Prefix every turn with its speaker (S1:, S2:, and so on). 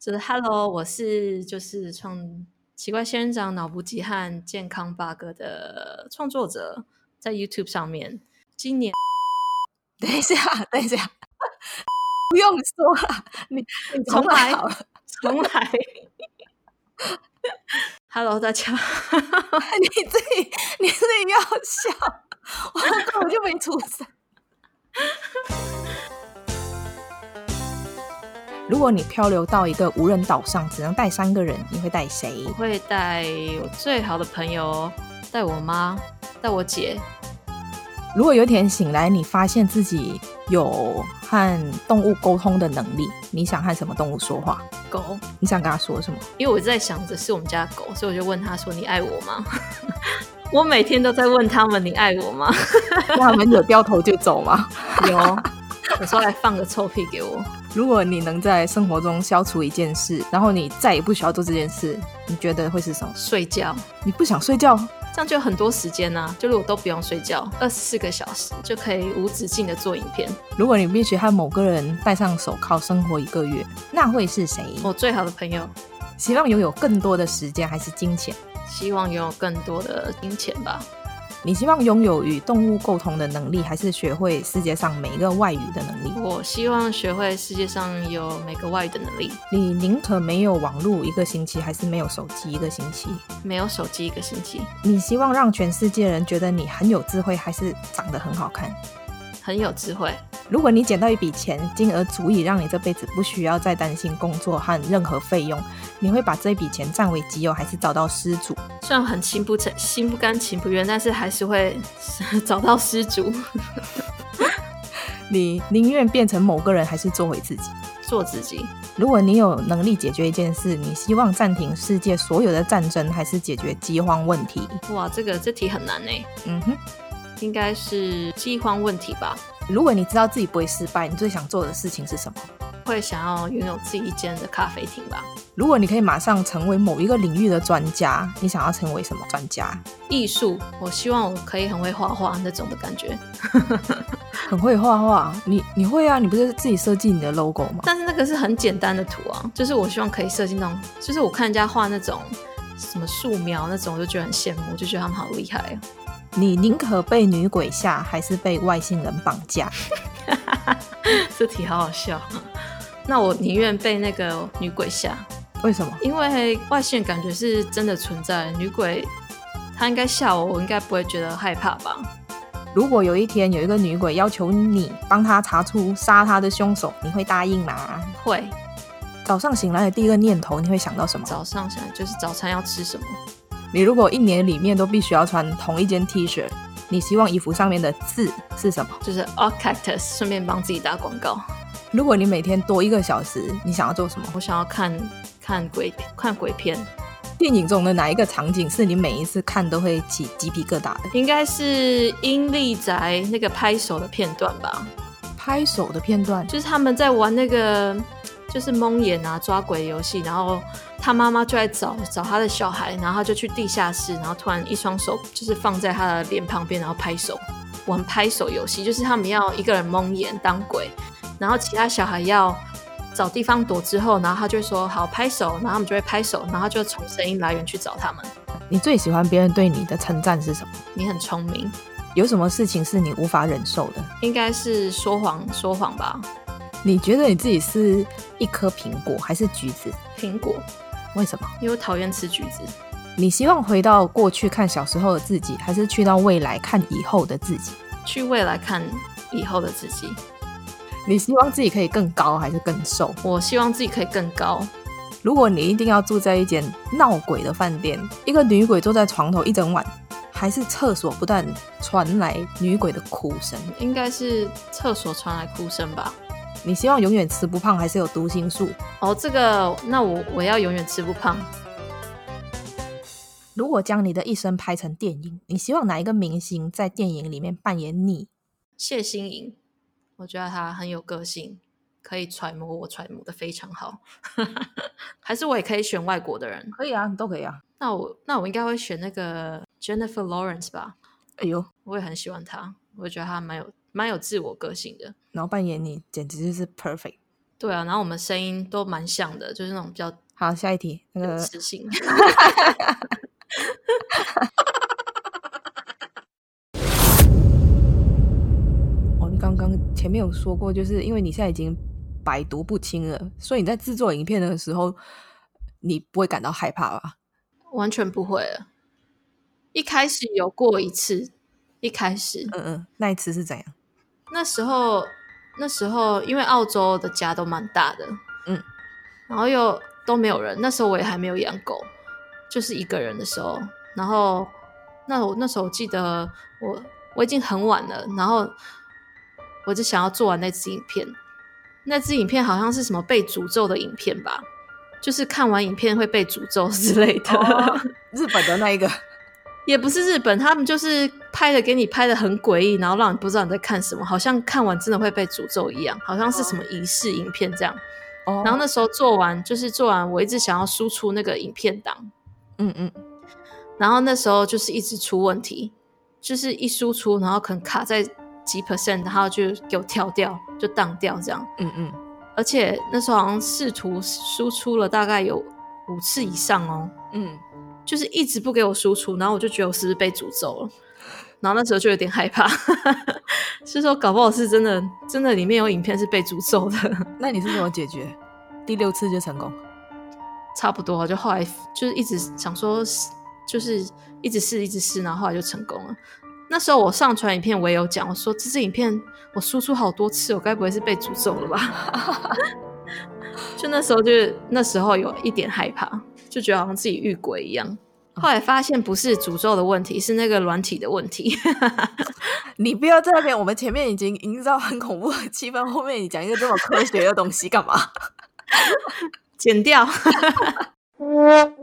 S1: 就是 Hello，我是就是创奇怪仙人掌、脑补极和健康 bug 的创作者，在 YouTube 上面。今年
S2: 等一下，等一下， 不用说了，你你
S1: 重来
S2: 好了，
S1: 重来，Hello 大家，
S2: 你自己你自己要笑，我根本就没出声。如果你漂流到一个无人岛上，只能带三个人，你会带谁
S1: 我？会带我最好的朋友，带我妈，带我姐，
S2: 如果有一天醒来，你发现自己有和动物沟通的能力，你想和什么动物说话？
S1: 狗。
S2: 你想跟它说什么？
S1: 因为我在想着是我们家的狗，所以我就问他说：“你爱我吗？” 我每天都在问他们：“你爱我吗
S2: 让他们有掉头就走吗？？”
S1: 有，有时候还放个臭屁给我。
S2: 如果你能在生活中消除一件事，然后你再也不需要做这件事，你觉得会是什么？
S1: 睡觉，
S2: 你不想睡觉，
S1: 这样就有很多时间啊。就如果都不用睡觉，二十四个小时就可以无止境的做影片。
S2: 如果你必须和某个人戴上手铐生活一个月，那会是谁？
S1: 我最好的朋友，
S2: 希望拥有更多的时间还是金钱？
S1: 希望拥有更多的金钱吧。
S2: 你希望拥有与动物沟通的能力，还是学会世界上每一个外语的能力？
S1: 我希望学会世界上有每个外语的能力，
S2: 你宁可没有网络一个星期，还是没有手机一个星期？
S1: 没有手机一个星期，
S2: 你希望让全世界人觉得你很有智慧，还是长得很好看？
S1: 很有智慧。
S2: 如果你捡到一笔钱，金额足以让你这辈子不需要再担心工作和任何费用，你会把这笔钱占为己有，还是找到失主？
S1: 虽然很心不诚、心不甘情不愿，但是还是会找到失主，
S2: 你宁愿变成某个人，还是做回自己？
S1: 做自己。
S2: 如果你有能力解决一件事，你希望暂停世界所有的战争，还是解决饥荒问题？
S1: 哇，这个这题很难呢，
S2: 嗯哼。
S1: 应该是饥荒问题吧？
S2: 如果你知道自己不会失败，你最想做的事情是什么？
S1: 会想要拥有自己一间的咖啡厅吧？
S2: 如果你可以马上成为某一个领域的专家，你想要成为什么专家？
S1: 艺术，我希望我可以很会画画那种的感觉，
S2: 很会画画，你你会啊？你不是自己设计你的 logo 吗？
S1: 但是那个是很简单的图啊，就是我希望可以设计那种，就是我看人家画那种什么素描那种，我就觉得很羡慕，就觉得他们好厉害哦。
S2: 你宁可被女鬼吓，还是被外星人绑架？
S1: 这题好好笑， 那我宁愿被那个女鬼吓，
S2: 为什么？
S1: 因为外星人感觉是真的存在，女鬼她应该吓我，我应该不会觉得害怕吧？
S2: 如果有一天有一个女鬼要求你帮她查出杀她的凶手，你会答应吗？
S1: 会
S2: 早上醒来的第一个念头，你会想到什么？
S1: 早上想就是早餐要吃什么？
S2: 你如果一年里面都必须要穿同一件 T 恤，你希望衣服上面的字是什么？
S1: 就是 a cactus，顺便帮自己打广告。
S2: 如果你每天多一个小时，你想要做什么？
S1: 我想要看看鬼看鬼片，
S2: 电影中的哪一个场景是你每一次看都会起鸡皮疙瘩的？
S1: 应该是英丽宅那个拍手的片段吧，
S2: 拍手的片段，
S1: 就是他们在玩那个就是蒙眼啊抓鬼游戏，然后他妈妈就在找找他的小孩，然后他就去地下室，然后突然一双手就是放在他的脸旁边，然后拍手玩拍手游戏，就是他们要一个人蒙眼当鬼，然后其他小孩要。找地方躲之后，然后他就说好拍手，然后他们就会拍手，然后他就从声音来源去找他们。
S2: 你最喜欢别人对你的称赞是什么？
S1: 你很聪明，
S2: 有什么事情是你无法忍受的？
S1: 应该是说谎说谎吧？
S2: 你觉得你自己是一颗苹果还是橘子？
S1: 苹果，
S2: 为什么？
S1: 因为我讨厌吃橘子。
S2: 你希望回到过去看小时候的自己，还是去到未来看以后的自己？
S1: 去未来看以后的自己，
S2: 你希望自己可以更高还是更瘦？
S1: 我希望自己可以更高。
S2: 如果你一定要住在一间闹鬼的饭店，一个女鬼坐在床头一整晚，还是厕所不断传来女鬼的哭声？
S1: 应该是厕所传来哭声吧？
S2: 你希望永远吃不胖，还是有读心术？
S1: 哦，这个，那我我要永远吃不胖。
S2: 如果将你的一生拍成电影，你希望哪一个明星在电影里面扮演你？
S1: 谢欣颖，我觉得她很有个性，可以揣摩我揣摩的非常好。 还是我也可以选外国的人？
S2: 可以啊，都可以啊。
S1: 那我那我应该会选那个 Jennifer Lawrence 吧？
S2: 哎呦，
S1: 我也很喜欢她，我觉得她蛮有蛮有自我个性的。
S2: 然后扮演你简直就是 perfect。
S1: 对啊，然后我们声音都蛮像的，就是那种比较
S2: 好，下一题，那
S1: 有
S2: 个
S1: 磁性。
S2: 我哦刚刚前面有说过，就是因为你现在已经百毒不侵了，所以你在制作影片的时候，你不会感到害怕吧？
S1: 完全不会了。一开始有过一次，一开始
S2: 嗯嗯，那一次是怎样？
S1: 那时候那时候因为澳洲的家都蛮大的，
S2: 嗯，
S1: 然后又都没有人，那时候我也还没有养狗，就是一个人的时候，然后那我那时候我记得我我已经很晚了，然后我就想要做完那支影片，那支影片好像是什么被诅咒的影片吧，就是看完影片会被诅咒之类的。
S2: 哦日本的那一个，
S1: 也不是日本，他们就是拍的给你拍的很诡异，然后让你不知道你在看什么，好像看完真的会被诅咒一样，好像是什么仪式影片这样。
S2: 哦
S1: 然后那时候做完，就是做完，我一直想要输出那个影片档，
S2: 嗯嗯，
S1: 然后那时候就是一直出问题，就是一输出，然后可能卡在几 percent，然后就给我跳掉，就荡掉这样。
S2: 嗯嗯
S1: 而且那时候好像试图输出了大概有五次以上哦，
S2: 嗯，
S1: 就是一直不给我输出，然后我就觉得我是不是被诅咒了，然后那时候就有点害怕， 是说搞不好是真的，真的里面有影片是被诅咒的，
S2: 那你是怎么解决？第六次就成功，
S1: 差不多就后来就是一直想说，就是一直试一直试，然后后来就成功了。那时候我上传影片，我也有讲，我说这支影片我输出好多次，我该不会是被诅咒了吧？ 就那时候就那时候有一点害怕，就觉得好像自己遇鬼一样。后来发现不是诅咒的问题，是那个软体的问题。
S2: 你不要在那边，我们前面已经营造很恐怖的气氛，后面你讲一个这么科学的东西干嘛？
S1: 剪掉。
S3: Whoop,